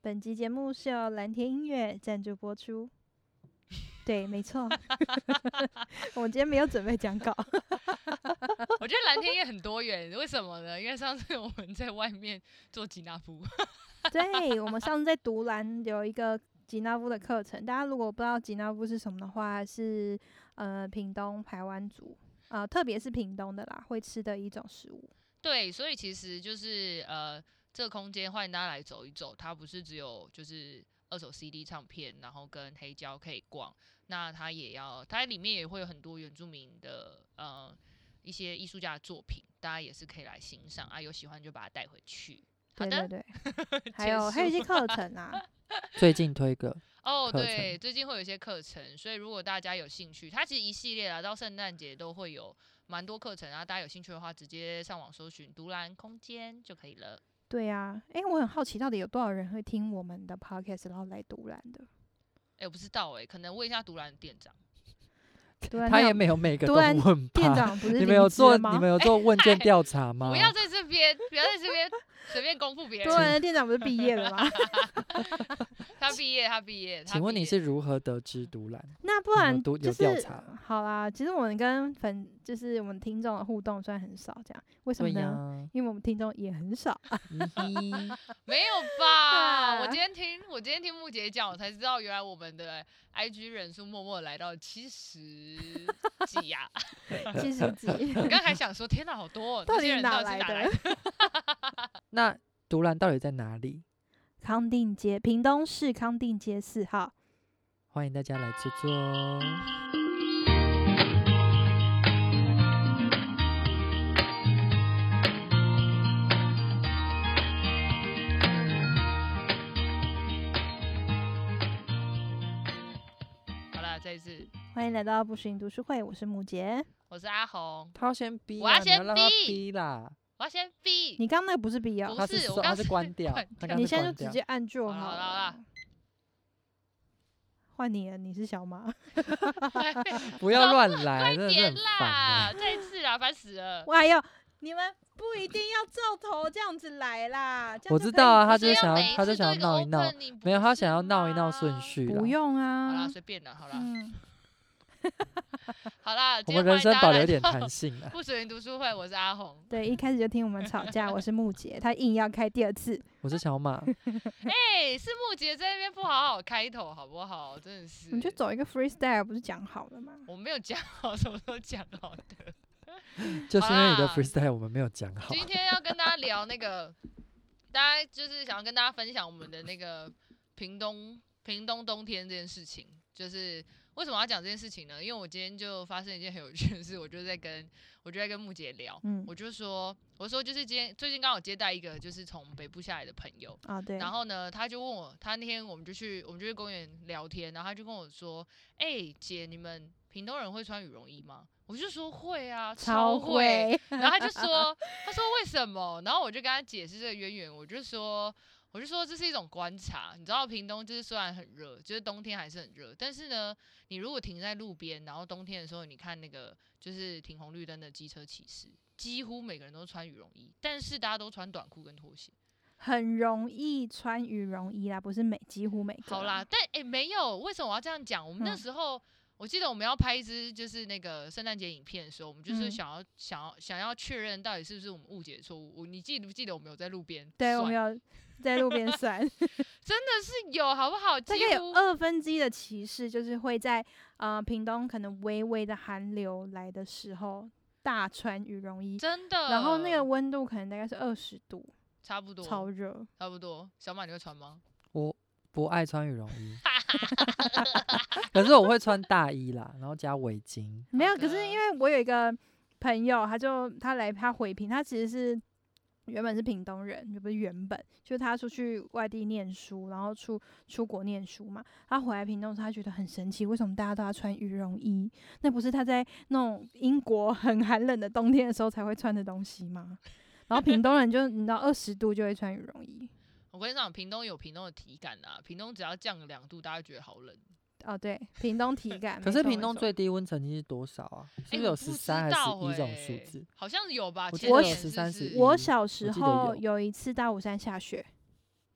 本集节目是由蓝天音乐赞助播出。对，没错， 我今天没有准备讲稿。 我觉得蓝天也很多元，为什么呢？因为上次我们在外面做吉纳夫， 对我们上次在独蓝有一个吉纳夫的课程，大家如果不知道吉纳夫是什么的话，是呃屏东排湾族，呃特别是屏东的啦，会吃的一种食物。对，所以其实就是呃，这个空间欢迎大家来走一走，它不是只有就是二手 CD 唱片，然后跟黑胶可以逛，那它也要它里面也会有很多原住民的呃一些艺术家的作品，大家也是可以来欣赏啊，有喜欢就把它带回去。好对的对对，还有 结束还有一些课程啊，最近推 个哦，课对，程最近会有一些课程，所以如果大家有兴趣，它其实一系列啊，到圣诞节都会有蛮多课程啊。大家有兴趣的话，直接上网搜寻“独蓝空间”就可以了。对啊，诶，我很好奇到底有多少人会听我们的 podcast，然后来独蓝 的。哎、我不知道哎、可能问一下独蓝店长。独蓝他店也没有每个突都然问啊店 吧？长不是你离们有职做了你吗们有做问卷哎调 查吗？不要在这边，不要在这 边随便公布别多人。兰的店长不是毕业了吗？他毕业，他毕业。他请问毕你业是如何得知独蓝？那不有没有然都就有调是查好啦，其实我们跟粉就是我们听众的互动虽然很少，这样为什么呢？对呀，因为我们听众也很 少，嗯哼没有吧？我 啊今天听我今天听木姐讲，我才知道原来我们的 IG 人数默默来到七十几呀、 七十几， 我刚才想说，天哪，好多、哦！到这些底人到底来是哪来的？那独蓝到底在哪里？ 康定街，屏东市康定街四号。欢迎大家来坐坐哦。好了，再一次，欢迎来到不行读书会，我是木杰。我是阿红，他要先逼我啦，要你要先让他逼逼啦。我要先 逼。你刚刚那个不是必要不，他是是我说刚他是才关掉关，他掉刚你才现在关就直掉接。按住好啦好好啦好啦了。换你了，你是小马。 不要乱来，真的是点很烦欸啦，再一次啦，烦死了。哇哟，你们不一定要照头这样子来啦。这样我就知可以道啊不他是就是要想要每他就次想做要一个闹一闹 open，你不没有，他是想要闹一闹顺吗。序啦。不用好啊啦，。随便了，好啦，嗯，好啦。我今们天欢人迎生大家保留来一点到弹性啊啦。 不水云读书会，我是阿红。对，一开始就听我们吵架，我是木杰，他硬要开第二次。嗯我是小马，哎，是木杰在那边不好好开头，好不好？真的是我们，就走一个 freestyle，不是讲好了吗？我没有讲好，什么都讲好的。就是因为你的好啦 freestyle 我们没有讲好。今天要跟大家聊那个， 大家就是想要跟大家分享我们的那个屏东屏东冬天这件事情，就是为什么要讲这件事情呢？因为我今天就发生一件很有趣的事，我就在跟我就在跟木姐聊，嗯，我就说我说就是今天最近刚好接待一个就是从北部下来的朋友，啊对，然后呢，他就问我，他那天我们就去我们就去公园聊天，然后他就跟我说，哎、姐，你们屏东人会穿羽绒衣吗？我就说会啊，超会。会，然后他就说，他说为什么？然后我就跟他解释这个渊源，我就说，我就说这是一种观察。你知道屏东就是虽然很热，就是冬天还是很热，但是呢，你如果停在路边，然后冬天的时候，你看那个就是停红绿灯的机车骑士，几乎每个人都穿羽绒衣，但是大家都穿短裤跟拖鞋。很容易穿羽绒衣啦，不是每几乎每个。好啦，，但诶、没有，为什么我要这样讲？我们那啊嗯时候。我记得我们要拍一支就是那个圣诞节影片的时候，我们就是嗯想要、想要想要确认到底是不是我们误解错误。我你记不记得我们有在路边对，算我们有在路 边算，真的是有，好不好？几大概有乎二分之一的骑士，就是会在呃屏东可能微微的寒流来的时候大穿羽绒衣，真的。然后那个温度可能大概是二十度，差不多，超热。差不多。小马，你会穿吗？我不爱穿羽绒 衣，可是我会穿大衣啦，然后加围巾。没好有，可是因为我有一个朋友，他就他来他回屏，他其实是原本是屏东人，也不是原本，就是他出去外地念书，然后出出国念书嘛。他回来屏东的时候，他觉得很神奇，为什么大家都要穿羽绒衣？那不是他在那种英国很寒冷的冬天的时候才会穿的东西吗？然后屏东人就你知道二十度就会穿羽绒衣我跟你讲，屏东有屏东的体感啊，屏东只要降两度，大家觉得好冷。哦，对，屏东体感。可没是错屏没东错最低温曾经是多少啊？是诶不是有哎我十不知三还是道一种数欸字？好像有吧？我前记得年有是不13是11我小时记得候有有一次大武山下雪，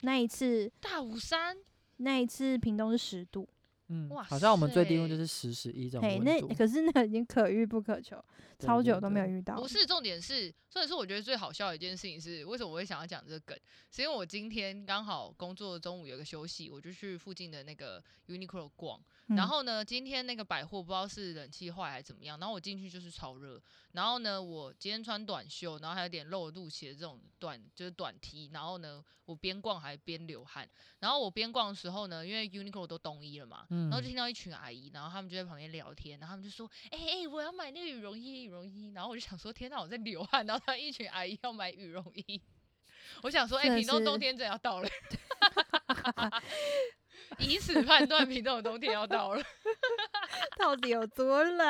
那一次大武山，那一次屏东是十度，嗯，哇好像我们最低温就塞是十十一这种嘿，温那度，可是那个已经可遇不可 求，对超对久都没有对遇到。不是重点是，重点是我觉得最好笑的一件事情是，为什么我会想要讲这个梗？是因为我今天刚好工作中午有个休息，我就去附近的那个 Uniqlo 逛，嗯，然后呢，今天那个百货不知道是冷气坏还是怎么样，然后我进去就是超热。然后呢，我今天穿短袖，然后还有点露肚脐的这种短就是短 T。然后呢，我边逛还边流汗。然后我边逛的时候呢，因为 Uniqlo 都冬衣了嘛，然后就嗯听到一群阿姨，然后他们就在旁边聊天，然后他们就说：“哎、哎、我要买那个羽绒衣，羽绒衣。”然后我就想说：“天哪，我在流汗。”然后他一群阿姨要买羽绒衣，我想说：“哎、真的屏东冬是天真的 要到了。”以此判断屏东的冬天要 到了。 到底有多冷？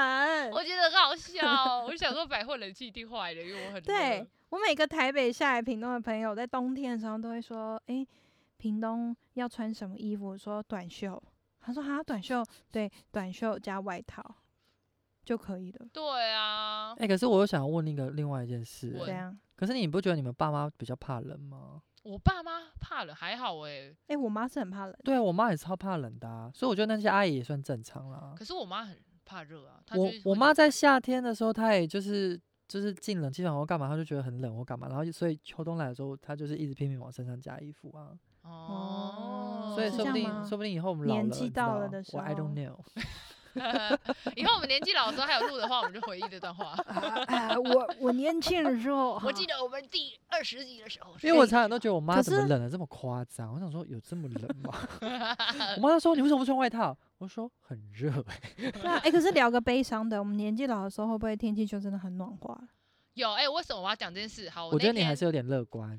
我觉得很好笑。我就想说百货冷气一定坏了，因为我很热对，我每个台北下来屏东的朋友，在冬天的时候都会说：“诶，屏东要穿什么衣服？”我说短袖。他说：“哈，短袖，对，短袖加外套就可以了。对啊，哎、可是我又想要问那个另外一件事、我这欸，样，可是你不觉得你们爸妈比较怕冷吗？我爸妈怕冷还好哎、诶，我妈是很怕冷，对啊，我妈也超怕冷的、啊，所以我觉得那些阿姨也算正常啦。可是我妈很怕热啊。她就我是我会妈在夏天的时候，她也就是就是进冷气房或干嘛，她就觉得很冷或干嘛，然后就所以秋冬来的时候，她就是一直拼命往身上加衣服啊。哦，所以是说这不样定吗说不定以后我们老年了，纪你知到了道的时我 I 候 don't know。 以后我们年纪老的时候还有录的话，我们就回忆这段话。啊，我我年轻的时候，我记得我们第二十集的时候，因为我常常都觉得我妈可怎么是冷的这么夸张，我想说有这么冷吗？ 我妈就说你为什么不穿外套？我说很热、欸， 得，对啊，诶，可是聊个悲伤的，我们年纪老的时候，会不会天气就真的很暖和？有哎、为什么我要讲这件事？好，我哦觉那得你还天是有点乐观。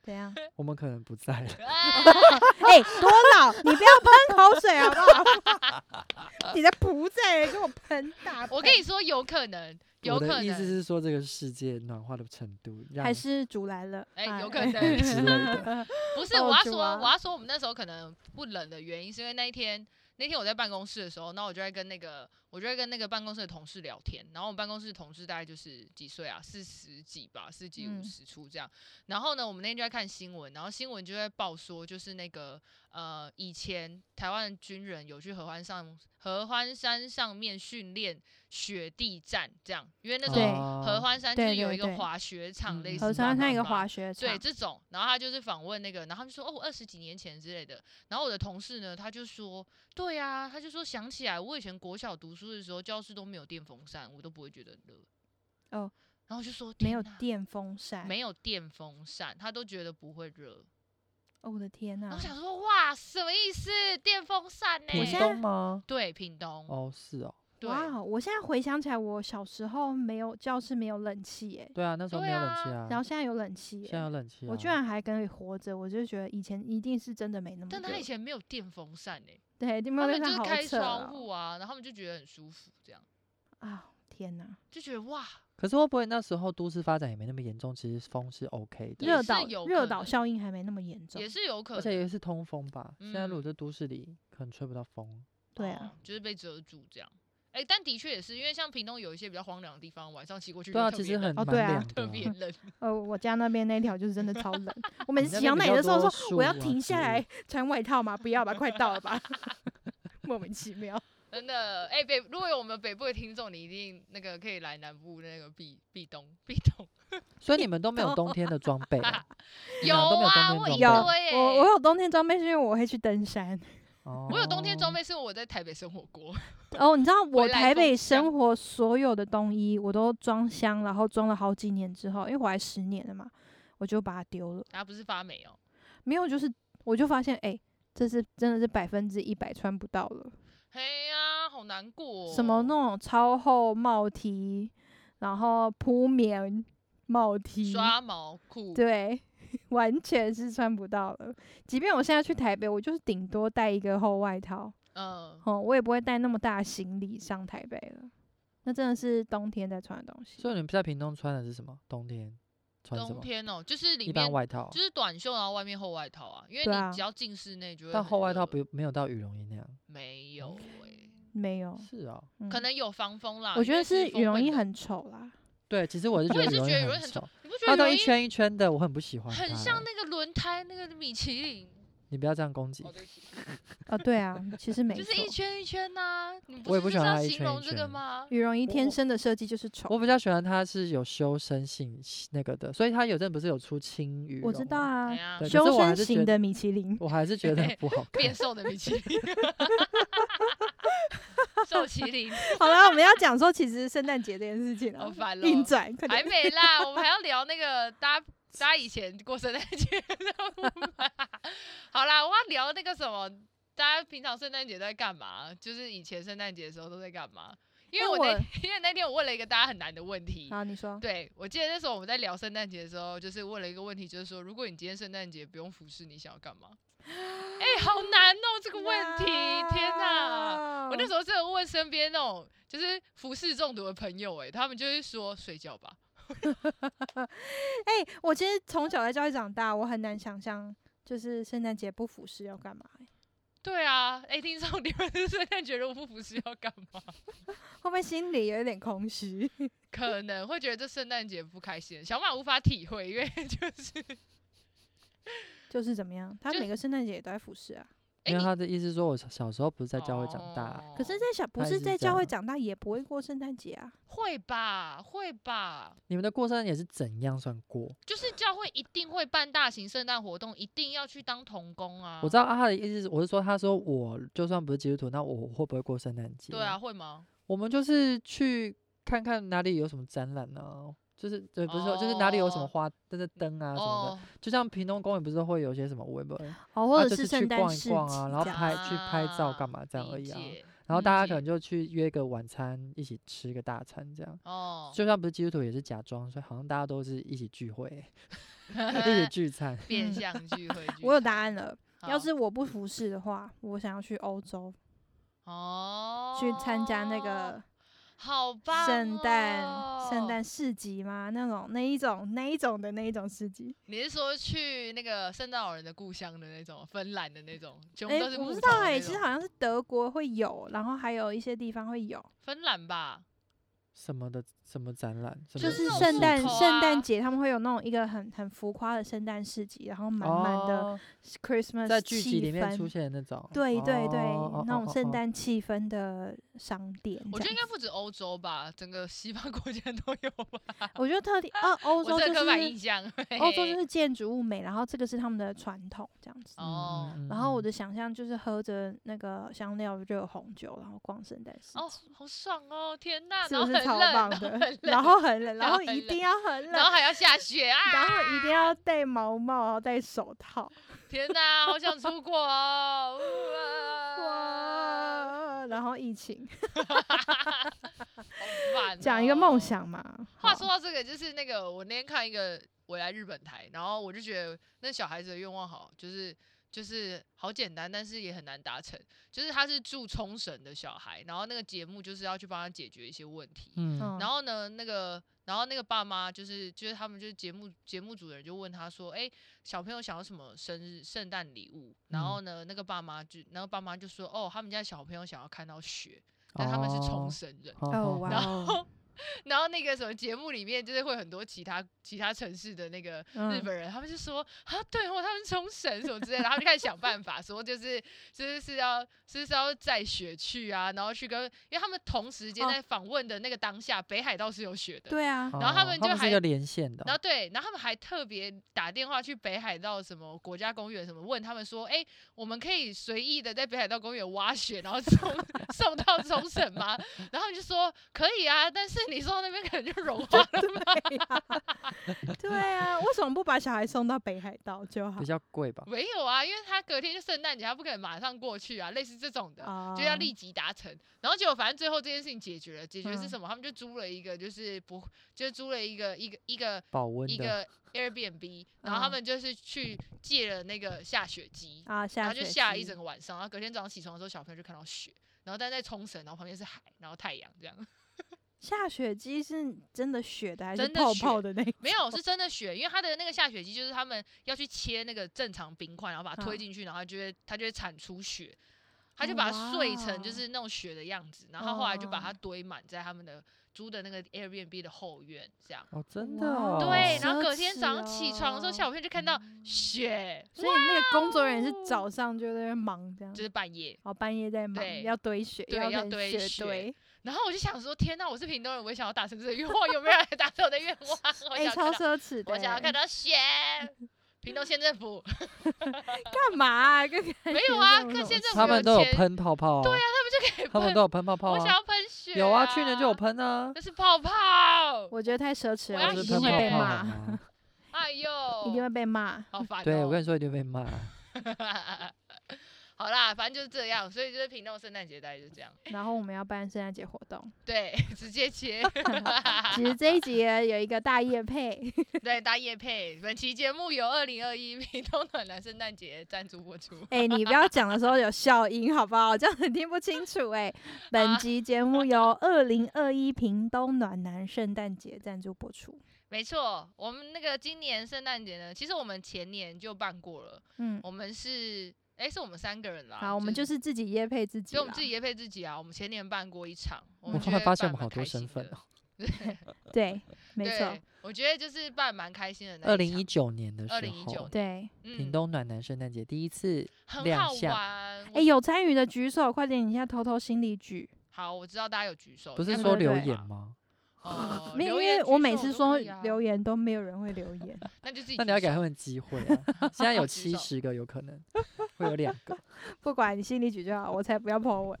怎样？我们可能不在了， 啊 诶，哎多老，你不要喷口水好不 好？你的不在给我喷大喷，我跟你说，有可能， 有 我可的意思能，是说这个世界暖化的程度让还是煮来了，哎有可哎能之类的。不是哦我要主说，啊我要说，我们那时候可能不冷的原因，是因为那一天，那天我在办公室的时候，那我就在跟那个，我就在跟那个办公室的同事聊天，然后我们办公室的同事大概就是几岁啊，四十几吧，四十几五嗯十出这样。然后呢，我们那天就在看新闻，然后新闻就在报说，就是那个呃，以前台湾的军人有去合欢上合欢山上面训练雪地战这样，因 为那时对候啊合欢山就是对有对一个对滑雪场嗯类嗯似，头合上欢像山一个滑雪场，对这种，然后他就是访问那个，然后他们就说哦，二十几年前之类的。然后我的同事呢，他就说，对呀、他就说想起来我以前国小读书的时候，教室都没有电风扇，我都不会觉得很热。哦，然后我就说没有天哪电风扇，没有电风扇，他都觉得不会热。哦，我的天呐然后我！想说哇，什么意思？电风扇呢、我屏现在东吗？对，屏东，哦，是哦，对，哇哦，我现在回想起来，我小时候没有教室没有冷气耶，对啊，那时候没有冷气对啊，然后现在有冷气现在有耶，冷气啊。我居然还可以活着，我就觉得以前一定是真的没那么但他以热，前没有电风扇呢、对，你他们有们就看是好开扯窗户哦啊，然后他们就觉得很舒服，这样啊！天呐，就觉得哇，可是会不会那时候都市发展也没那么严重？其实风是 OK 也的，热是岛有可热岛能效应还没那么严重也，是有可能，而且也是通风吧。现在如果嗯在都市里，可能吹不到风。对哦啊，，就是被遮住这样。哎、但的确也是，因为像屏东有一些比较荒凉的地方，晚上骑过去对啊，就特其别实冷很哦蛮对啊凉的特啊。别冷，呃，我家那边那条就是真的超冷，我每你次那骑到边比那里较的时候多说我要树啊停下之类来穿外套吗？不要吧，快到了吧， 莫名其 妙。真的。哎、北如果有我们北部的听众，你一定那个可以来南部那个避避冬避冬。所以你们都没有冬天的装备 啊你有们都没有啊，冬我一天堆装备。哎、我我有冬天装备是因为我会去登山。哦我有冬天装备，是因为我在台北生活过。哦，你知道我回来台装北箱生活所有的冬衣我都装箱，然后装了好几年之后，因为我还十年了嘛，我就把它丢了。然后不是发霉哦、没有，就是我就发现，哎、这是真的是百分之一百穿不到了。嘿呀、好难过、哦什哦么那？种超厚帽 T，然后铺棉帽 T，刷毛裤，对， 完全是穿不到了。即便我现在去台北，我就是顶多带一个厚外套，嗯，哦，我也不会带那么大的行李上台北了。那真的是冬天在穿的东西。所以你们在屏东穿的是什么？冬天穿什冬么？天哦、就是里一般面外套啊，就是短袖，然后外面厚外套啊，因为对啊你只要进室内就会很热。但厚外套不嗯没有到羽绒衣那样。没有哎、没有，是啊，嗯可能有防风啦。我觉因得为是风羽绒会衣冷，很丑啦。对，其实我是我觉也得是羽绒觉得衣羽绒衣很很丑丑。你不觉哦它得都有一一圈一圈的，我很不喜欢它欸。很像那个轮胎那个米其林，你不要这样攻击哦，。对不起哦，对啊，其实没就错是，一圈一圈呐、你不我也是不就是喜欢要它一形圈一容这个圈吗？羽绒衣天我生的设计就是丑。我比较喜欢它是有修身性那个的，所以它有阵不是有出轻羽我知绒道吗，啊怎，样对可？是修我还身是觉型得的米其 林，我还是觉得不好看变。瘦的米其林， 瘦麒 麟，好了，我们要讲说，其实圣诞节这件事情好啊，烦硬哦。转，快还点。没啦，我们还要聊那个大家大家以前过圣诞节的部分。好啦，我要聊那个什么，大家平常圣诞节都在干嘛？就是以前圣诞节的时候都在干嘛？因为那我那我因为那天我问了一个大家很难的问题，好，你说，对，我记得那时候我们在聊圣诞节的时候，就是问了一个问题，就是说，如果你今天圣诞节不用服饰，你想要干嘛？哎、好难哦，这个问题，天哪！哪我那时候真的问身边那种就是服饰中毒的朋友、哎，他们就会说睡觉吧。哎、我其实从小在教育长大，我很难想象，就是圣诞节不服饰要干嘛、哎对啊，哎、听众 你们是圣诞节如果不服饰要干嘛？ 会不会心里有一点空虚？ 可能会觉得这圣诞节不开心，小马无法体会，因为 就是就是怎么样，他就每个圣诞节也都在服饰啊。哎、因为你他的意思是说，我小小时候不是在教会长大啊，可是，哦在小不他是是在这教会样长大，也不会过圣诞节啊。会吧，会吧，你们的过生日也是怎样算过？就是教会一定会办大型圣诞活动，一定要去当童工啊。我知道啊，他的意思是，我是说，他说我就算不是基督徒，那我会不会过圣诞节？对啊，，会吗？我们就是去看看哪里有什么展览啊，就是对，不是说、就是哪里有什么哦花，那个灯啊什么的，哦，就像屏东公园不是会有一些什么微博，啊哦，或者就是去圣诞逛市一集逛啊，然后这样拍去拍照干啊嘛这样而理已啊。解然后大理家可解能就去约个晚餐，一起吃个大餐这样。哦，就算不是基督徒，也是假装，所以好像大家都是一起聚会， 一起聚餐。变相聚会。 我有答案，案了。好要是我不服饰的话，我想要去欧洲哦，去参加那哦个好棒圣诞、哦圣，诞市集嘛，那种那一种那一种的那一种市集。你是说去那个圣诞老人的故乡的那种，芬兰的那种，全部哎、都是我不木知头道的哎、那其实种好像是德国会有，然后还有一些地方会有，芬兰吧？什么的什么展览，什就么是那种圣木诞头圣诞啊节他们会有那种一个很很浮夸的圣诞市集，然后满满的哦 Christmas 在剧集气里面氛出现的那种，对对对，哦那种圣。哦哦哦诞气氛的商店，我觉得这应该样不止欧洲吧，整个西方国家都有吧。我觉得特地啊， 欧洲我这就刻板印是象，欧洲就嘿是建筑物美，然后这个是他们的传统这样子。哦嗯嗯然后我嗯的想象就是喝着那个香料热红酒，然后逛圣诞市集，哦，好爽哦！天呐，是然不后是很超冷棒然后的很？然冷后很冷，然然后后很一冷定要很然后冷，还要 下雪啊！然后一定要戴毛帽，然后戴手套，天呐，好想出国哦！啊 哇，哇！然后疫情，好烦、讲一个梦。想嘛。哦话好说，到这个，就是那个我那天看一个我来日本台，然后我就觉得那小孩子的愿望好，就是就是好简单，但是也很难达成。就是他是住冲绳的小孩，然后那个节目就是要去帮他解决一些问题。嗯，嗯然后呢，那个，然后那个爸妈就是就是他们就是节目节目组的人就问他说，哎、小朋友想要什么生日圣诞礼物？然嗯后呢，那个爸妈就，然后爸妈就说，哦，他们家小朋友想要看到雪，但他们是冲哦绳人。哦哦哦哇然哦哦，后，然后那个什么节目里面就是会很多其他其他城市的那个哦日嗯，本人，他们就说啊，对哦，他们冲绳什么之类的，然后他们就开始想办法，说就是就是是要是是要载雪去啊，然后去跟，因为他们同时间哦在访问的那个当下，北海道是有雪的。对啊，然后他哦们他就们是还一个连线的然哦，后对，然后他们还特别打电话去北海道什么国家公园什么，问他们说，哎、我们可以随意的在北海道公园挖雪，然后送 送到冲绳吗？然后他们就说可以啊，但是你送到那边可能就融化了。 对啊，对啊，为什么不把小孩送到北海道就好比？较贵吧？没有啊，因为他隔天就圣诞节，他不可能马上过去啊，类似这种的。啊就要立即达成。然后结果反正最后这件事情解决了，解决是嗯什么？他们就租了一个，就是不，就租了一个一个一个保温一的，个 Airbnb，然后他嗯们就是去借了那个下雪机，啊，然下后就学下了一期整个晚上，然后隔天早上起床的时候，小朋友就看到雪。然后但在冲绳，然后旁边是海，然后太阳这样，下雪机是真的雪的还是真的泡雪泡的 那？没有是真的雪，因为它的那个下雪机就是他们要去切那个正常冰块，然后把它推嗯进去，然后它就会它就会产出雪，它哦就把它碎成哇就哦是那种雪的样子，然后后来就把它嗯堆满在他们的租的那个 Airbnb 的后院，这样。哦，真的、哇哦，对，然后奢隔天早上侈起床的时候，哦下午片就看到雪，所以那个工作人员是早上就在那忙这样哦就，是半夜。哦，半夜在忙对，要堆雪，对要成堆雪雪堆，然后我就想说，天呐，我是屏东人，我也想要达成这个愿望，有没有人来达成我的愿望？我哎，想超看到，奢侈的我欸，想要看到雪。屏东县政 府干嘛啊？跟没有啊，跟跟县政府他们都有钱，喷泡泡、啊，对啊，他们喷都有喷泡泡我想啊，要喷雪。有啊，去年就有，喷啊，那是泡泡。我觉得太奢侈我了，要一就是定会喷泡被泡雪骂好，吗？哎呦，一定会被骂。好烦、哦。对，我跟你说一定被骂。 好啦，反正就是这样，所以就是屏东圣诞节大概就这样。然后我们要办圣诞节活 动，对，直接切。其实这一集有一个大夜配，对，搭夜配。本期节目由二零二一屏东暖男圣诞节赞助播出。 哎、你不要讲的时候有笑音好不好？这样很听不清楚 哎、啊本集节目由二零二一屏东暖男圣诞节赞助播出。没错，我们那个今年圣诞节呢，其实我们前年就办过了。嗯，我们是，哎、是我们三哦啊个人啦。，好，我们就是是自己夜配自己所以啦，我们自己夜配自己啊。我们前年办过一场，我我们后觉来得发现办我们蛮好多开心身份的哦。对，没错对，，我觉得就是办蛮开心的那二一零场一九年的时2019候，对，嗯屏东暖男圣诞节第一次很亮好相玩。哎、有参与的举手，快点，你现在偷偷心里举。好，我知道大家有举手，不应是该说没有留吧言？吗？哦，没有，留因言为举我每手次都说可以啊留言都没有人会留 言，那就自己那你举要给手他们机会啊！现在有举七手十个，有可能会有两个不管你心里举就好，我才不要破我，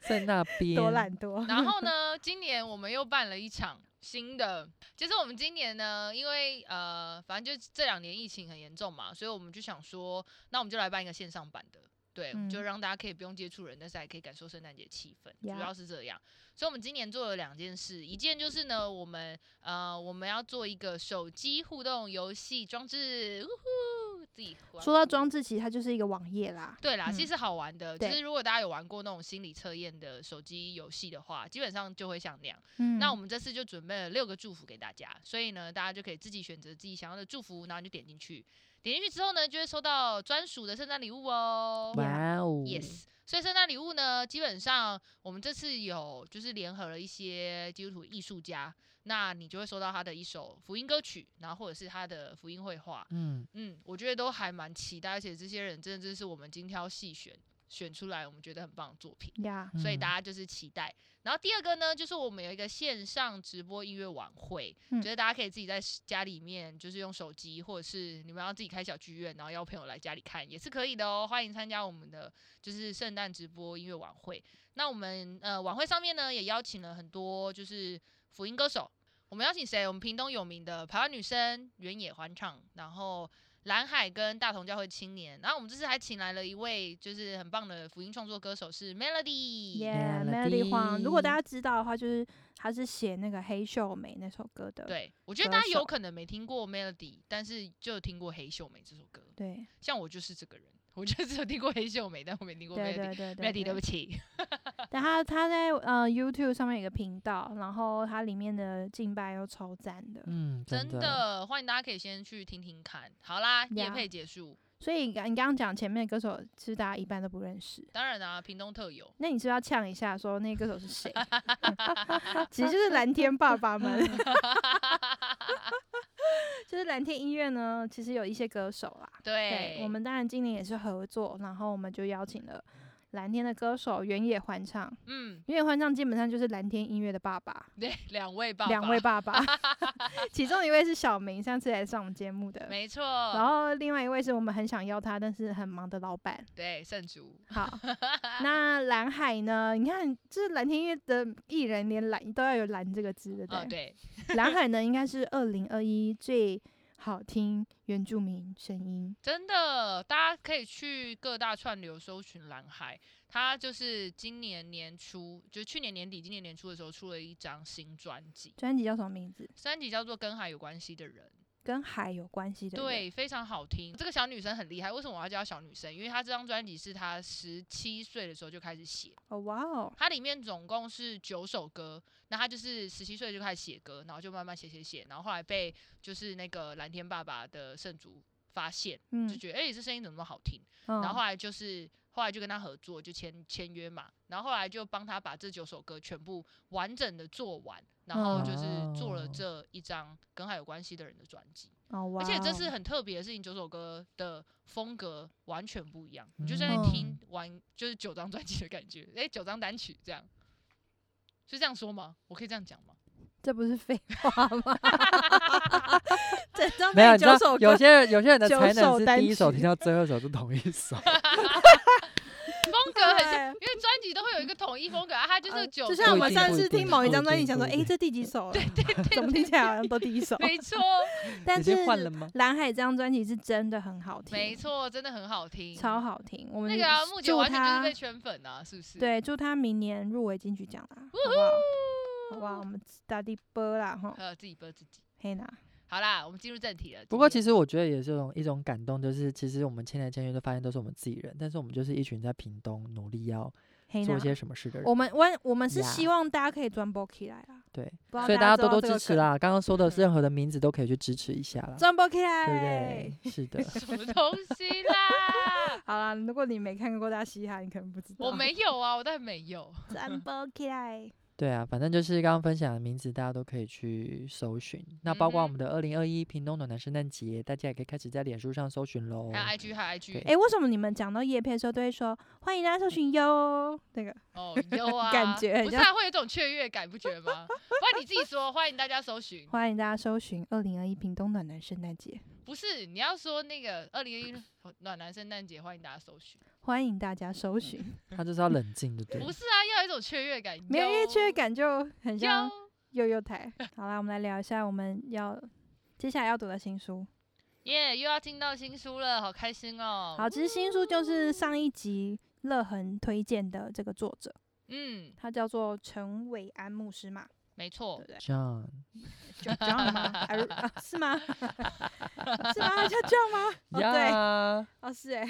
在那边。多懒 惰。然后呢，今年我们又办了一场新的，就是我们今年呢，因为呃，反正就这两年疫情很严重嘛，所以我们就想说，那我们就来办一个线上版的。对，就嗯让大家可以不用接触人，但是还可以感受圣诞节气氛，主呀要是这样。所以，我们今年做了两件事，一件就是呢，我们呃，我们要做一个手机互动游戏装置，呜呼，自己玩说到酷装置，其实它就是一个网页啦。对啦，其嗯实好玩的，就对是如果大家有玩过那种心理测验的手机游戏的话，基本上就会像那样。嗯，那我们这次就准备了六个祝福给大家，所以呢，大家就可以自己选择自己想要的祝福，然后你就点进去。点进去之后呢，就会收到专属的圣诞礼物哦。哇哦 Yes，所以圣诞礼物呢，基本上我们这次有就是联合了一些基督徒艺术家，那你就会收到他的一首福音歌曲，然后或者是他的福音绘画，嗯，嗯，我觉得都还蛮期待，而且这些人真的就是我们精挑细选选出来，我们觉得很棒的作品，嗯呀，所以大家家就是期待。然后第二个呢，就是我们有一个线上直播音乐晚会，嗯就是大家可以自己在家里面，就是用手机，或者是你们要自己开小剧院，然后邀朋友来家里看也是可以的哦。欢迎参加我们的就是圣诞直播音乐晚会。那我们呃晚会上面呢，也邀请了很多就是福音歌手。我们邀请谁？我们屏东有名的台湾女生原野欢唱，然后蓝海跟大同教会青年。然后我们这次还请来了一位就是很棒的福音创作歌手，是 Melody。耶 Melody ，Melody 黄，如果大家知道的话，就是他是写那个《黑秀美》那首歌的。对，我觉得歌大家有手可能没听过 Melody，但是就有听过黑秀美这首歌。对像我就是这个人，我就只有听过黑秀美，但我没听过对 Melody。对对 Melody，对对对。不起。但他他在呃 YouTube 上面有个频道，然后它里面的敬拜又超赞的，嗯，真的的，欢迎大家可以先去听听看。好啦，夜呀配结束。所以你刚你刚刚讲前面的歌手，其实大家一般都不认识。当然啊，屏东特有。那你是不是要呛一下，说那个歌手是 谁？ 其实就是蓝天爸爸们，就是蓝天音乐呢，其实有一些歌手啦。对对，，我们当然今年也是合作，然后我们就邀请了蓝天的歌手原野欢唱，嗯， 原野欢唱基本上就是蓝天音乐的爸爸，对，两位爸爸，两位爸 爸，其中一位是小明，上次来上我们节目的。没错。然后另外一位是我们很想邀他，但是很忙的老板。对圣竹， 好，那蓝海呢？你看，这蓝天乐的艺人连蓝都要有蓝这个字，对不哦对？对，蓝海 呢，应该是二零二一最好听原住民声音。真的，大家可以去各大串流搜寻蓝海，他就是今年年初，就是去年年底、今年年初的时候出了一张新专辑，专辑叫什么名字？专辑叫做《跟海有关系的人》。跟海有关系的。，对，非常好听。这个小女生很厉害，为什么我要叫她小女生？因为她这张专辑是她十七岁的时候就开始写，哦哇哦，它里面总共是九首歌，那她就是十七岁就开始写歌，然后就慢慢写写写，然后后来被就是那个蓝天爸爸的圣主发现，就嗯，觉得哎、诶这声音怎么那么好听？然然后后来就是。后来就跟他合作，就签签约嘛，然后后来就帮他把这九首歌全部完整的做完，然后就是做了哦这一张跟他有关系的人的专辑。哦哇哦，而且这是很特别的事情，九首歌的风格完全不一样，你就在那嗯听完就是九张专辑的感觉，诶，九张单曲这样，是这样说吗？我可以这样讲吗？ 这不是废话吗？ 整张没有，被你知道九首歌有些人有些人的九才能首是单第一首曲听到最后一首是同一首，风格很像，对因为专辑都会有一个统一风格啊，它就是呃九就首，像我们不一定上不次一定听某一不张一专辑，定想不说，一诶，定这第几首 了？对对对，怎么听起来好像都第一首？没错，但已是经换了吗？蓝海这张专辑是真的很好听，没错，真的很好听，超好听。我们那个啊，木姐祝完全就是他被圈粉啊，是不是？对，祝他明年入围金曲奖啦，呜好不好？好呼，不好？我们大力播啦哈，呃，自己播自己。黑娜，好啦，我们进入正题了。不过其实实我觉得也是一种一种感动，就是其实我们迁来迁去都发现都是我们自己人，但是我们就是一群在屏东努力要黑做娜一，些什么事的人。我们我我们是呀希望大家可以转播起来啦，对，不知道所以大家知大家多道多这个支持梗，啦！刚刚说的嗯是任何的名字都可以去支持一下啦，转播起来，对不对？是 的，什么东西啦？ 好啦，如果你没看过《大嘻哈》，你可能不知道。我没有啊，我当然没有。转播起 来，对啊，反正就是刚刚分享的名字，大家都可以去搜寻。那包括我嗯哼们的二零二一屏东暖男圣诞节，大家也可以开始在脸书上搜寻哦喽。还有 IG，还有 IG。对哎，为什么你们讲到叶片的时候都会说欢迎大家搜寻哟？那个哦，有 啊，感觉很不是像啊，会有一种雀跃感，不觉得吗？不然你自己说，欢迎大家 搜寻。欢迎大家搜寻二零二一屏东暖男圣诞节，不是，你要说那个二零一暖男圣诞节，欢迎大家搜寻。欢迎大家搜寻。他就是要冷静，对不对不？是啊，要有一种雀跃感。没有，因为雀跃哟感就很像哟悠悠台。好啦，我们来聊一下我们要接下来要读的新书。耶又要听到新书了，好开心哦。好，其实新书就是上一集乐恒推荐的这个作者，嗯，他叫做陈伟安牧师嘛，没对错不，对？ John，就这样吗？啊如啊是吗？ 是吗？叫这样吗？哦，对，呀，哦是哎、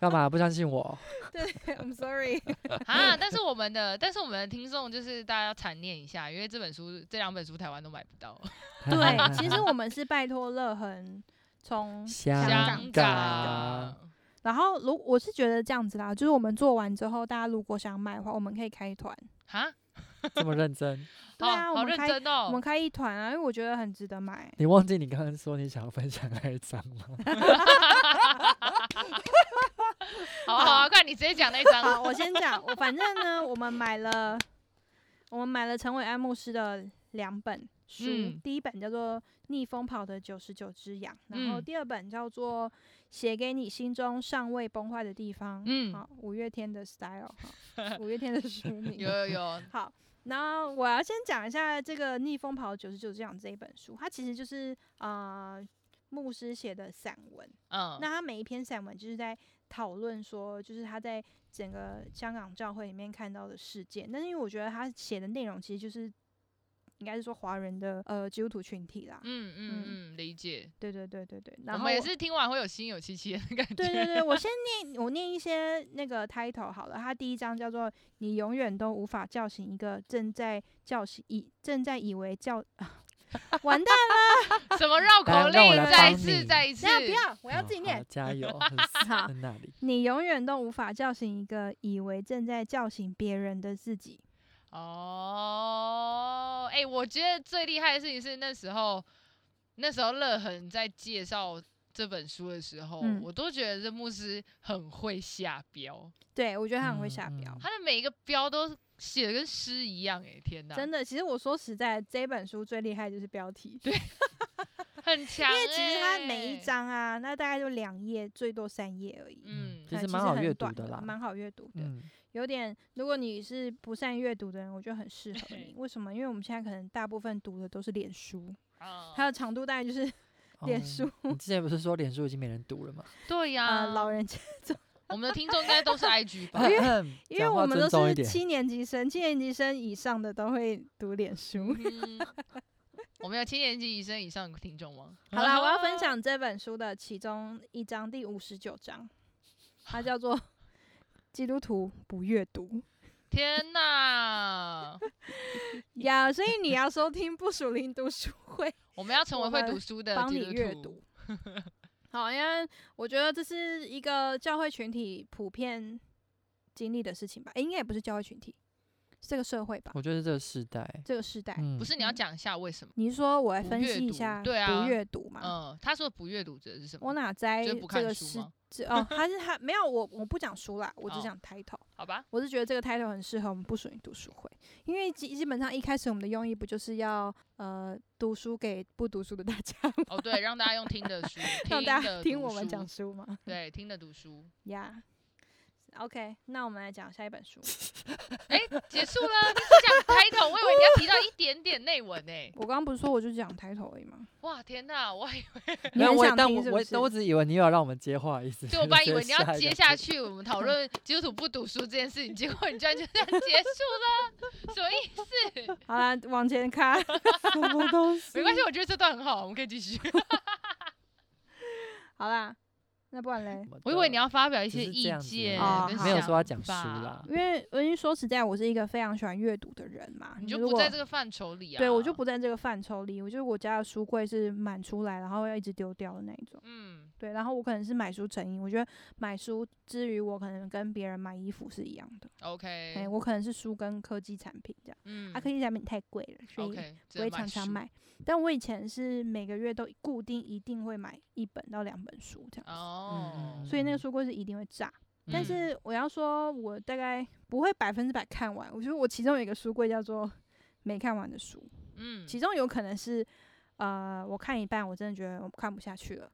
干嘛不相信我？对，I'm sorry。啊，但是我们的，但是我们的听众就是大家要惨念一下，因为这本书这两本书台湾都买不到。 对，其实我们是拜托乐恒从香港 香啊香港港，然后如我是觉得这样子啦，就是我们做完之后，大家如果想买的话，我们可以开团。哈， 这么认真，对啊，哦我好们认开真我们哦。开一团啊，因为我觉得很值得买。你忘记你刚刚说你想要分享那一张吗？好啊好啊，快你直接讲那张。好，我先讲，我反正呢， 我们买了，我们买了陈伟安牧师的两本书，嗯第一本叫做《逆风跑的九十九只羊》，然后嗯第二本叫做《写给你心中尚未崩坏的地方》。 嗯好，五月天的 style，好 五月天的书名有。有 有，好，然后我要先讲一下这个《逆风跑九十九只羊》这一本书，它其实就是呃牧师写的散文。嗯，那他每一篇散文就是在讨论说，就是他在整个香港教会里面看到的事件。但是因为我觉得他写的内容其实就是，应该是说华人的呃基督徒群体啦。嗯嗯嗯，理解。对对对对对。我然后们也我是听完会有心有戚戚的感觉。对对对，我先念我念一些那个 title 好了。它第一章叫做“你永远都无法叫醒一个正在叫醒以正在以为叫、 啊完 蛋什么绕来口让我令？来再帮一次，你再一次等。下不要，我要哦自己好念。加油， 好在那里。你永远都无法叫醒一个以为正在叫醒别人的自己。哦，哎、我觉得最厉害的事情是那时候，那时候乐恒在介绍这本书的时候，嗯我都觉得这牧师很会下标，对，我觉得他很会下嗯标，嗯他的每一个标都写的跟诗一样、哎，天哪，真的。其实我说实在，这本书最厉害就是标题，对，很强、因为其实它哎每一，章啊，那大概就两页，最多三页而已。嗯，其呃实蛮好很阅读短的啦蛮好阅读的。嗯，有点，如果你是不善阅读的人，我觉得很适合你。为什么？因为我们现在可能大部分读的都是脸书，啊它的长度大概就是脸哦书你之前不是说脸书已经没人读了吗？对呀、呃老人家，我们的听众应该都是 IG 吧？因为嗯讲话我们都尊重一是点七年级生，七年级生以上的都会读脸书。嗯，我们有七年级以上以上的听众吗？ 好啦，我要分享这本书的其中一章，第五十九章，它叫做《基督徒不阅读天哪！》呀。所以你要收听不属灵读书 会，我们要成为我会们读书的帮基你督阅徒读。好，因为我觉得这是一个教会群体普遍经历的事情吧，诶应该也不是教会群体，是这个社会吧，我觉得这个时代，这个时代。嗯，不是你要嗯讲一下为什么？你是说我来不分阅析一读下对不啊阅读嘛？嗯，他说不阅读者是什我么？哪在就这是不看个书是吗这哦，还是还没有我我不讲书啦，我只哦讲 title。好吧，我是觉得这个 title 很适合我们不属于读书会，因为基基本上一开始我们的用意不就是要呃读书给不读书的大家 吗，哦对，让大家用听的 书，让大家的听读我们书讲书吗？对，听的读书。呀、OK，那我们来讲下一本书。哎、结束了，你只讲开头，我以为你要提到一点点内文呢、我刚刚不是说我就讲 title 而已吗？哇，天哪，我还以为你没有很我也想但听我是不我是但我只以为你有要让我们接话的意思，对我本来以所为 你要一接个下去，我们讨论基督徒不读书这件事情，结果你居然就这样结束了，所以好啦，往前看。什么东西没关系，我觉得这段很好，我们可以继续。 好啦，那不然嘞？我以为你嗯要要发表一只些是这意样子见哦跟想法，没有说要讲书啦因为我因为说实在，我是一个非常喜欢阅读的人嘛。你就如不在果这个范畴里啊。对我就不在这个范畴里，我就是我家的书柜是满出来，然后要一直丢掉的那一种。嗯，对，然后我可能是买书成瘾，我觉得买书之余，我可能跟别人买衣服是一样的。哎、 OK，我可能是书跟科技产品这样，嗯啊，科技产品太贵了，所以，OK，只不会能常常书。买。但我以前是每个月都固定一定会买一本到两本书这样子，哦，所以那个嗯书柜是一定会炸。但嗯是我要说，我大概不会百分之百看完。我觉得我其中有一个书柜叫做没看完的书，嗯，其中有可能是呃，我看一半我真的觉得我看不下去了，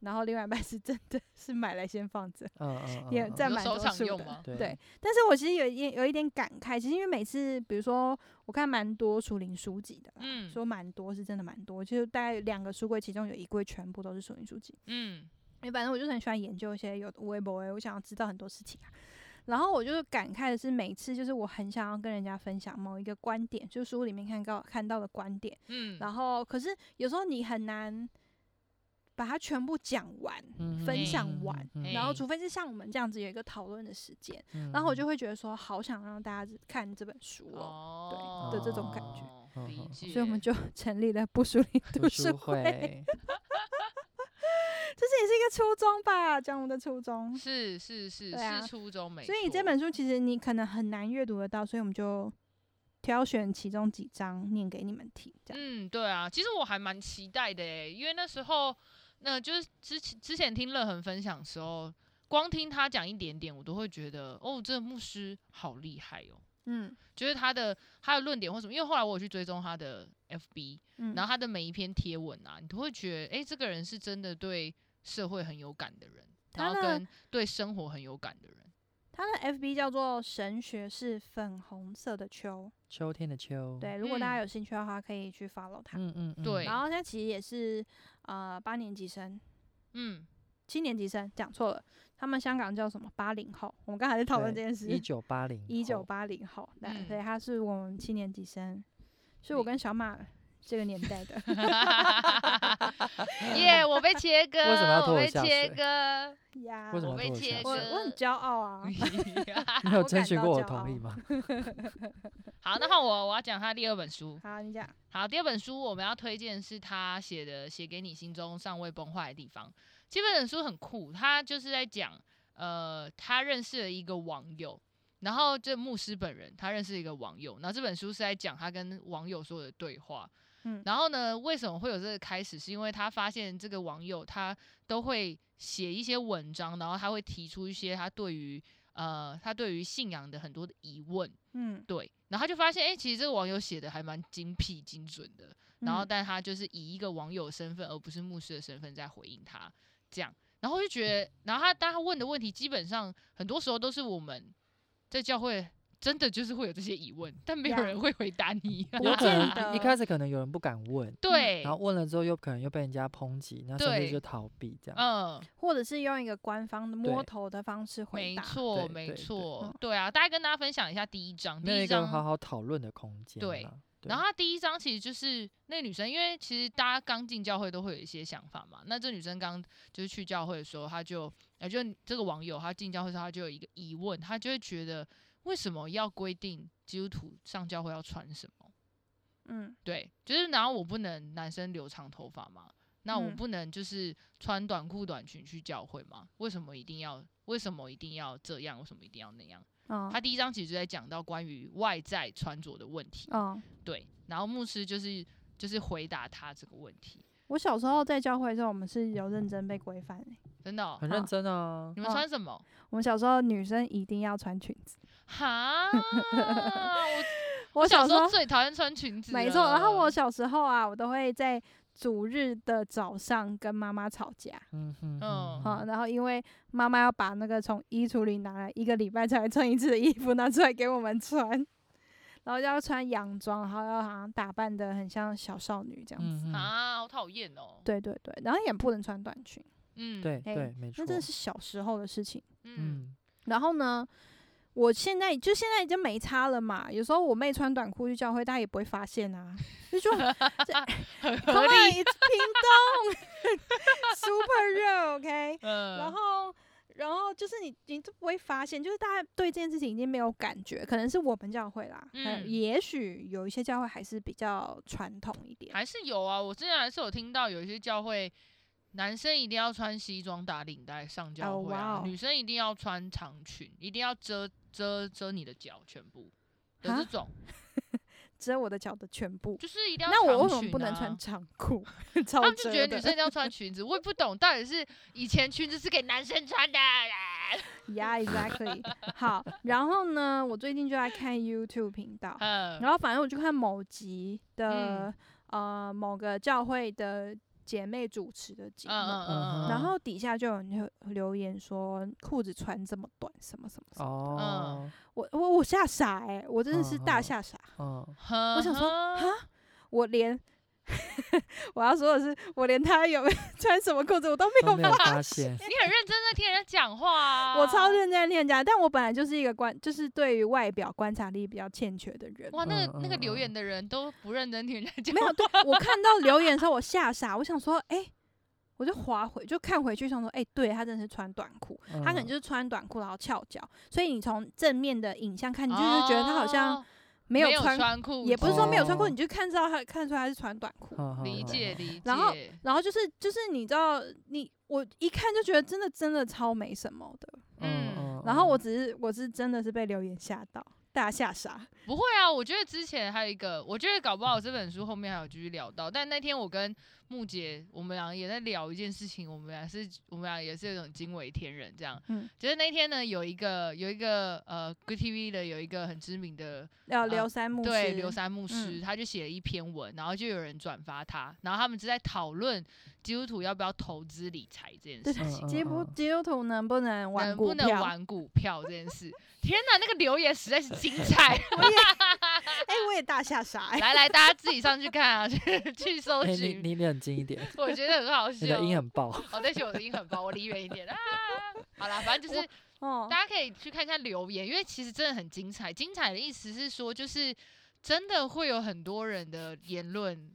然后另外一半是真的是买来先放着。嗯嗯也嗯嗯占你蛮说收多藏数用的吗对对，但是我其实有一点有一点感慨，其实因为每次比如说我看蛮多属灵书籍的啦，嗯说蛮多是真的蛮多，就是大概有两个书柜，其中有一柜全部都是属灵书籍。嗯因为反正我就是很喜欢研究一些有的微博，我想要知道很多事情啊。然后我就是感慨的是，每次就是我很想要跟人家分享某一个观点，就是书里面看到看到的观点，嗯，然后可是有时候你很难把它全部讲完，嗯分享嗯嗯完嗯然后哎除非是像我们这样子有一个讨论的时间，嗯然后我就嗯会觉得说，好想让大家看这本书哦，哦的这种感觉哦嗯理嗯解。所以我们就 成立了不属灵读读书书会， 会，这是也是一个初衷吧，讲我们的初衷。是是是对啊是初中没错，所以这本书其实你可能很难阅读得到，所以我们就挑选其中几章念给你们听，这样。嗯，对啊，其实我还蛮期待的诶，因为那时候，那、就是之前之前听乐恒分享的时候，光听他讲一点点，我都会觉得哦，这牧师好厉害哦，嗯就是他的他的论点或什么，因为后来我有去追踪他的 FB，嗯，然后后他的每一篇贴文啊，你都会觉得诶，这个人是真的对社会很有感的人，他然的后跟对生活很有感的人。他的 FB 叫做“神学是粉红色的秋秋天的秋”，，对，如果大哦嗯家有兴趣的话，可以去 follow 他。嗯嗯，嗯对然后他其实也是呃八年级生， 嗯，七年级生讲错了，他们香港叫什么？八零后。我们刚才在讨论这对件事，一九八零，一九八零后，对，嗯所以他是我们七年级生，是我明跟小马这个年代的。耶、我被切割，为什么要拖我我被下切水割？ 呀，为什我么被要脱切下我割。水？我很骄傲啊 你有我征感询到过骄我傲同 意吗？ 好，那换我，我要讲他第二本书。 好，你讲，好，第二本书我们要推荐是他写的《写给你心中尚未崩坏的地方》。这本书很酷，他就是在讲，呃，他认识了一个网友，然后这牧师本人他认识一个网友，然后这本书是在讲他跟网友所有的对话。嗯然后呢，为什么会有这个开始？是因为他发现这个网友他都会写一些文章，然后他会提出一些他对于呃他对于信仰的很多的疑问。嗯，对，然后他就发现，哎、其实这个网友写的还蛮精辟、精准的。然后，嗯但他就是以一个网友的身份，而不是牧师的身份在回应他，这样。然后我就觉得，然后他当他问的问题，基本上很多时候都是我们在教会真的就是会有这些疑问，但没有 Yeah 人会回答你。啊不有可见能一得开始可能有人不敢问，对，嗯然后问了之后又可能又被人家抨击，那甚对至就逃避这样。嗯，或者是用一个官方的摸对头的方式回没答。错，对没对对错嗯，对啊。大概跟大家分享一下第一章，没有第一一个章好好讨论的空间啦。对对然后她第一章其实就是那个女生，因为其实大家刚进教会都会有一些想法嘛。那这女生刚就是去教会的时候，她就，呃，就这个网友她进教会的时候，她就有一个疑问，她就会觉得为什么要规定基督徒上教会要穿什么？嗯对，就是然后我不能男生留长头发嘛，那我嗯不能就是穿短裤短裙去教会嘛？为什么一定要？为什么一定要这样？为什么一定要那样？嗯他第一章其实就在讲到关于外在穿着的问题，嗯，对，然后牧师就是就是回答他这个问题，我小时候在教会的时候，我们是有认真被规范的。真的哦、很好认真啊你。们哦穿什么？我们小时候女生一定要穿裙子， 哈，我我小时候最讨厌穿裙子了，没错。然后我小时候啊，我都会在主日的早上跟妈妈吵架。嗯哼嗯啊、然后因为妈妈要把那个从衣橱里拿来一个礼拜才会穿一次的衣服拿出来给我们穿，然后就要穿洋装，然后要好像打扮的很像小少女这样子。嗯哼啊，好讨厌哦。对对对，然后也不能穿短裙，嗯，对嘿对，没错哎那。真的是小时候的事情。嗯，嗯，然后呢，我现在就现在已经没差了嘛。有时候我妹穿短裤去教会，大家也不会发现啊，就 说很合 Come 理。 on，it's 屏东 ，super real，OK、 嗯，然后，然后就是你，你都不会发现，就是大家对这件事情已经没有感觉，可能是我们教会啦，呃嗯也许有一些教会还是比较传统一点，还是有啊，我之前还是有听到有一些教会。男生一定要穿西装打领带上教哦会啊哇哦女生一定要穿长裙，一定要遮遮遮你的脚全部的哈这种，只有我的脚的全部。就是一定要那我为长什么裙不能啊穿长裤？ 超他们就遮觉得的女生一定要穿裙子，我也不懂到底是以前裙子是给男生穿 的啦。 Yeah, exactly。好，然后呢，我最近就在看 YouTube 频道，嗯然后反正我就看某集嗯的、呃某个教会的姐妹主持的节目，嗯然后底下就有人留留言说裤子穿这么短，什么什么什么，哦，我我我吓傻哎、我真的是大嗯嗯吓傻，嗯，嗯我想说嗯哼哈，我连 我要说的是，我连他有 穿什么裤子我都没都有没有发发现。哦你很认真在听人家讲话啊，我超认真在念人家，但我本来就是一个观，就是对于外表观察力比较欠缺的人。哇，那个那个嗯嗯留嗯言的人都不认真听人家讲没，有，对我看 到留言的时候，我吓傻，我想说，哎、我就划回，就看回去，想说，哎、对他真的是穿短裤，他可能嗯就是穿短裤，然后翘脚，所以你从正面的影像看，你就是觉得他好像哦没有有穿，裤子，哦也不是说没有穿裤，哦你就看到他看出他是穿短裤。嗯嗯理嗯解嗯理解。然后然后就是就是你知道你我一看就觉得真的真的超没什么的，嗯然哎后我只是我是真的是被留言吓到，大吓傻。不会啊，我觉得之前还有一个，我觉得搞不好这本书后面还有继续聊到。但那天我跟木姐，我们俩也在聊一件事情，我们俩是，我们俩也是有种惊为天人这样。嗯就是那天呢，有一个有一个呃，Good TV 的有一个很知名的要刘三木啊对是刘三牧师，嗯他就写了一篇文，然后就有人转发他，然后他们就在讨论基督徒要不要投资理财这件事对情。基督基督徒能不能 玩嗯能股不能票？玩股票这件事？天哪，那个留言实在是精彩！哎、我也大吓傻、哎，来来，大家自己上去看啊，去 去搜哎，你寻，你冷静一点，我觉得很好笑。你的音很爆。哦，对不起，我的音很爆，我离远一点啊。好啦，反正就是 哦，大家可以去看一下留言，因为其实真的很精彩。精彩的意思是说，就是真的会有很多人的言论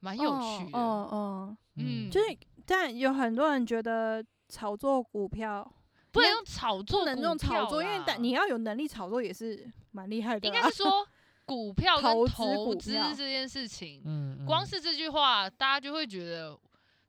蛮有趣的。哦哦哦，嗯，就是但有很多人觉得炒作股票不能应该用炒作，不能用炒作，因为但但你要有能力炒作也是蛮厉害的、应啊。 该是说股票跟投资投股资票这件事情，嗯，光嗯是这句话，大家就会觉得。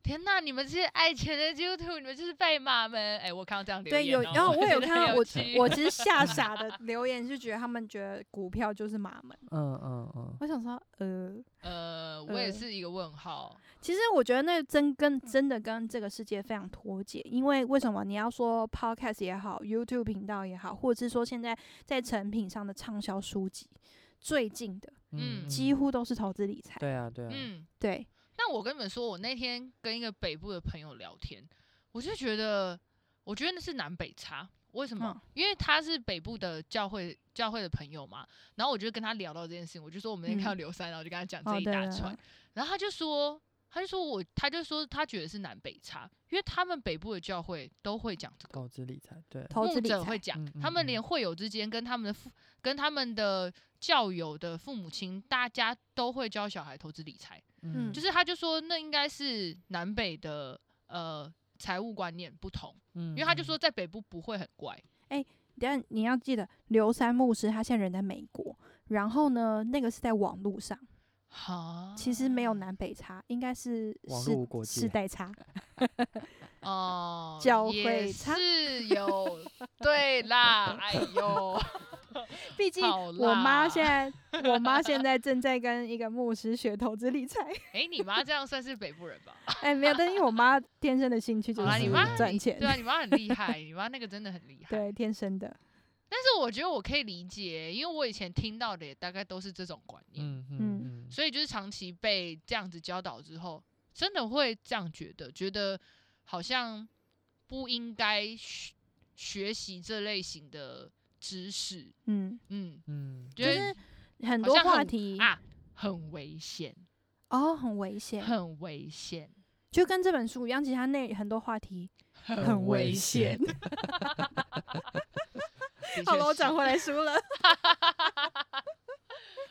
天呐，你们这些爱钱的基督徒，你们就是拜马们！哎、我看到这样留对，言有，哦、然后 我有觉得看很到有我趣我其实 吓傻的留言是觉得他们觉得股票就是马门，嗯嗯嗯，我想说呃，呃，我也呃是一个问号。其实我觉得那真跟真的跟这个世界非常脱节，因为为什么你要说 podcast 也好，YouTube 频道也好，或者是说现在在成品上的畅销书籍，最近的嗯几乎都是投资理财，对啊对啊，嗯，对，那我跟你们说，我那天跟一个北部的朋友聊天，我就觉得，我觉得那是南北差。为什么？嗯因为他是北部的教会教会的朋友嘛，然后我就跟他聊到这件事情，我就说我们那天看到嗯刘三，然后就跟他讲哦这一对大对对串，然后他就说，他就说我，他就说他觉得是南北差，因为他们北部的教会都会讲这个，投资理财对，投资牧理者财会讲，嗯他们嗯连嗯会友之间跟他们的父跟他们的教友的父母亲，大家都会教小孩投资理财。嗯就是他就说那应该是南北的呃财务观念不同，因因为他嗯嗯就说在北部不会很怪，但你要记得，刘三牧师他现在人在美国，然后呢，那个是在网络上，哈，其实啊没有南北差，应该是网世络无国啊界 世代差。哦，教也会差 是有对对啦，哎呦，毕竟好我妈啦现 在，我妈现在正在跟一个牧师学投资理财。哎，你妈这样算是北部人 吧？哎、没有，但是因为我妈天生的兴趣就好啦，你是妈赚你钱， 对啊，你妈很厉害，你妈那个真的很厉害。对，天生的。但是我觉得我可以理解，因为我以前听到的也大概都是这种观念，嗯嗯嗯嗯，所以就是长期被这样子教导之后，真的会这样觉得，觉得好像不应该学学习这类型的知识，嗯，嗯，嗯，觉就得是很好多像话很题啊很危险，哦，很危 险，很危险，就跟这本书一样，其实它内很多话题很危危险。险的好确了，我是转回来书了。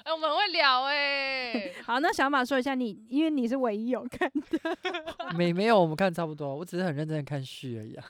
哎、我们很会聊哎、 好，那小马说一下你，因为你是唯一有看 没没有，我们看差不多，我只是很认真的看序而已啊。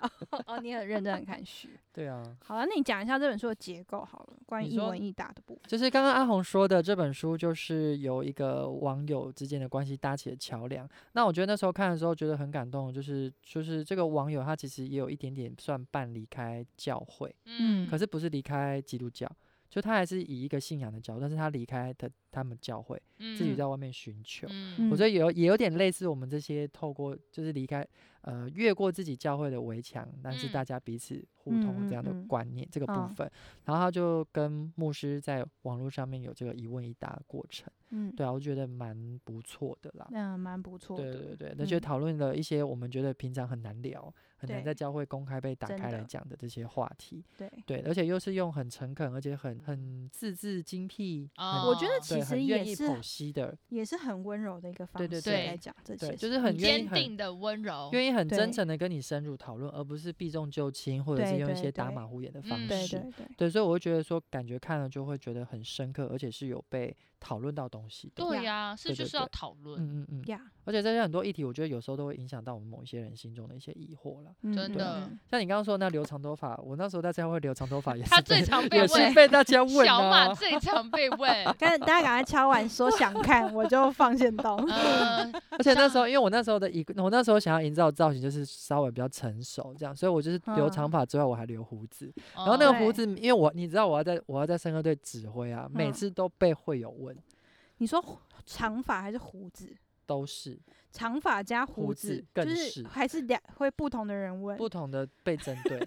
哦，你很认真的看序。对啊，好了，那你讲一下这本书的结构好了，关于你一说文一答的部分。就是刚刚阿红说的这本书，就是由一个网友之间的关系搭起的桥梁。那我觉得那时候看的时候觉得很感动，就是就是这个网友他其实也有一点点算半离开教会，嗯可是不是离开基督教，就他还是以一个信仰的角度，但是他离开的他们教会，自己嗯在外面寻求。嗯我觉得也有也有点类似我们这些透过就是离开呃越过自己教会的围墙，但是嗯大家彼此互通这样的嗯嗯嗯观念、这个部嗯分，然后他就跟牧师在网络上面有这个一问一答的过程，嗯，对啊，我觉得蛮不错的啦。嗯，蛮不错对的。对对，那嗯就讨论了一些我们觉得平常很难聊、很难在对教会公开被打真开来的讲的这些话题，对，对，而且又是用很诚恳，而且很很字字精辟，很我觉哦得其对，实很愿也意是剖析的，也是很温柔的一个方对对式对在讲这对些事，就是很你愿先意坚很定的温柔，愿意很真对诚的跟你深入讨论，而不是避重就轻，或者是对用一对些打对马虎眼的方嗯对式。对对，对，所以我会觉得说，感觉看了就会觉得很深刻，而且是有被讨论到东西的。对呀呀、是对就对是要对讨论，嗯嗯嗯，呀，而且这些很多议题，我觉得有时候都会影响到我们某一些人心中的一些疑惑了。嗯真对的嗯。像你刚刚说的那留长头发，我那时候大家会留长头发也是他最被常被也是问，被大家问小马啊。最常 被问 赶大家赶快敲完说想看，我就放线动。呃，而且那时像候，因为我那时候的一个，我那时候想要营造的造型就是稍微比较成熟这样，所以我就是留长嗯发之外，我还留胡子。然 然后那个哦胡对子，因为我你知道我要在我要在生歌队指挥啊，每嗯次都被会友问， 你说胡长发还是胡子？都是长发加胡胡子子，更就是还是两会不同的人问。不同的被针对，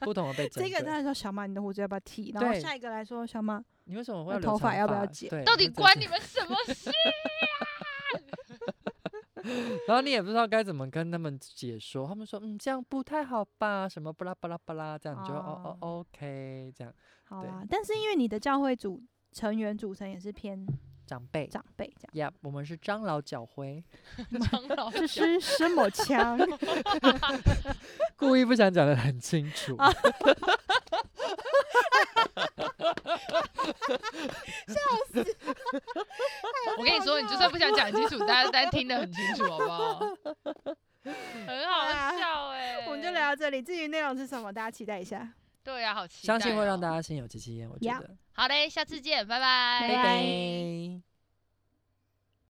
不同的被 针这对。个他说小马，你的胡子要不要剃？然后对下一个来说小马，你为什么会那要留头发长要不要发剪对到底那真关是你们什么事？ 然后你也不知道该怎么跟他们解说，他们说嗯这样不太好吧，什么巴拉巴拉巴拉这样，你就哦哦 OK 这样。好对啦。但是因为你的教会组成员组成也是偏长辈长辈这样，呀我们是张老 脚灰，长老这 讲是什么 腔？故意不想讲的很清楚，哦我跟你说，你就算不想讲清楚，大家大家听得很清楚，好不好？很好 啊笑哎、我们就聊到这里，至于内容是什么，大家期待一下。对啊，好期待、哦相信会让大家家心有戚戚焉，我觉呀得。好嘞，下次见，拜拜拜拜拜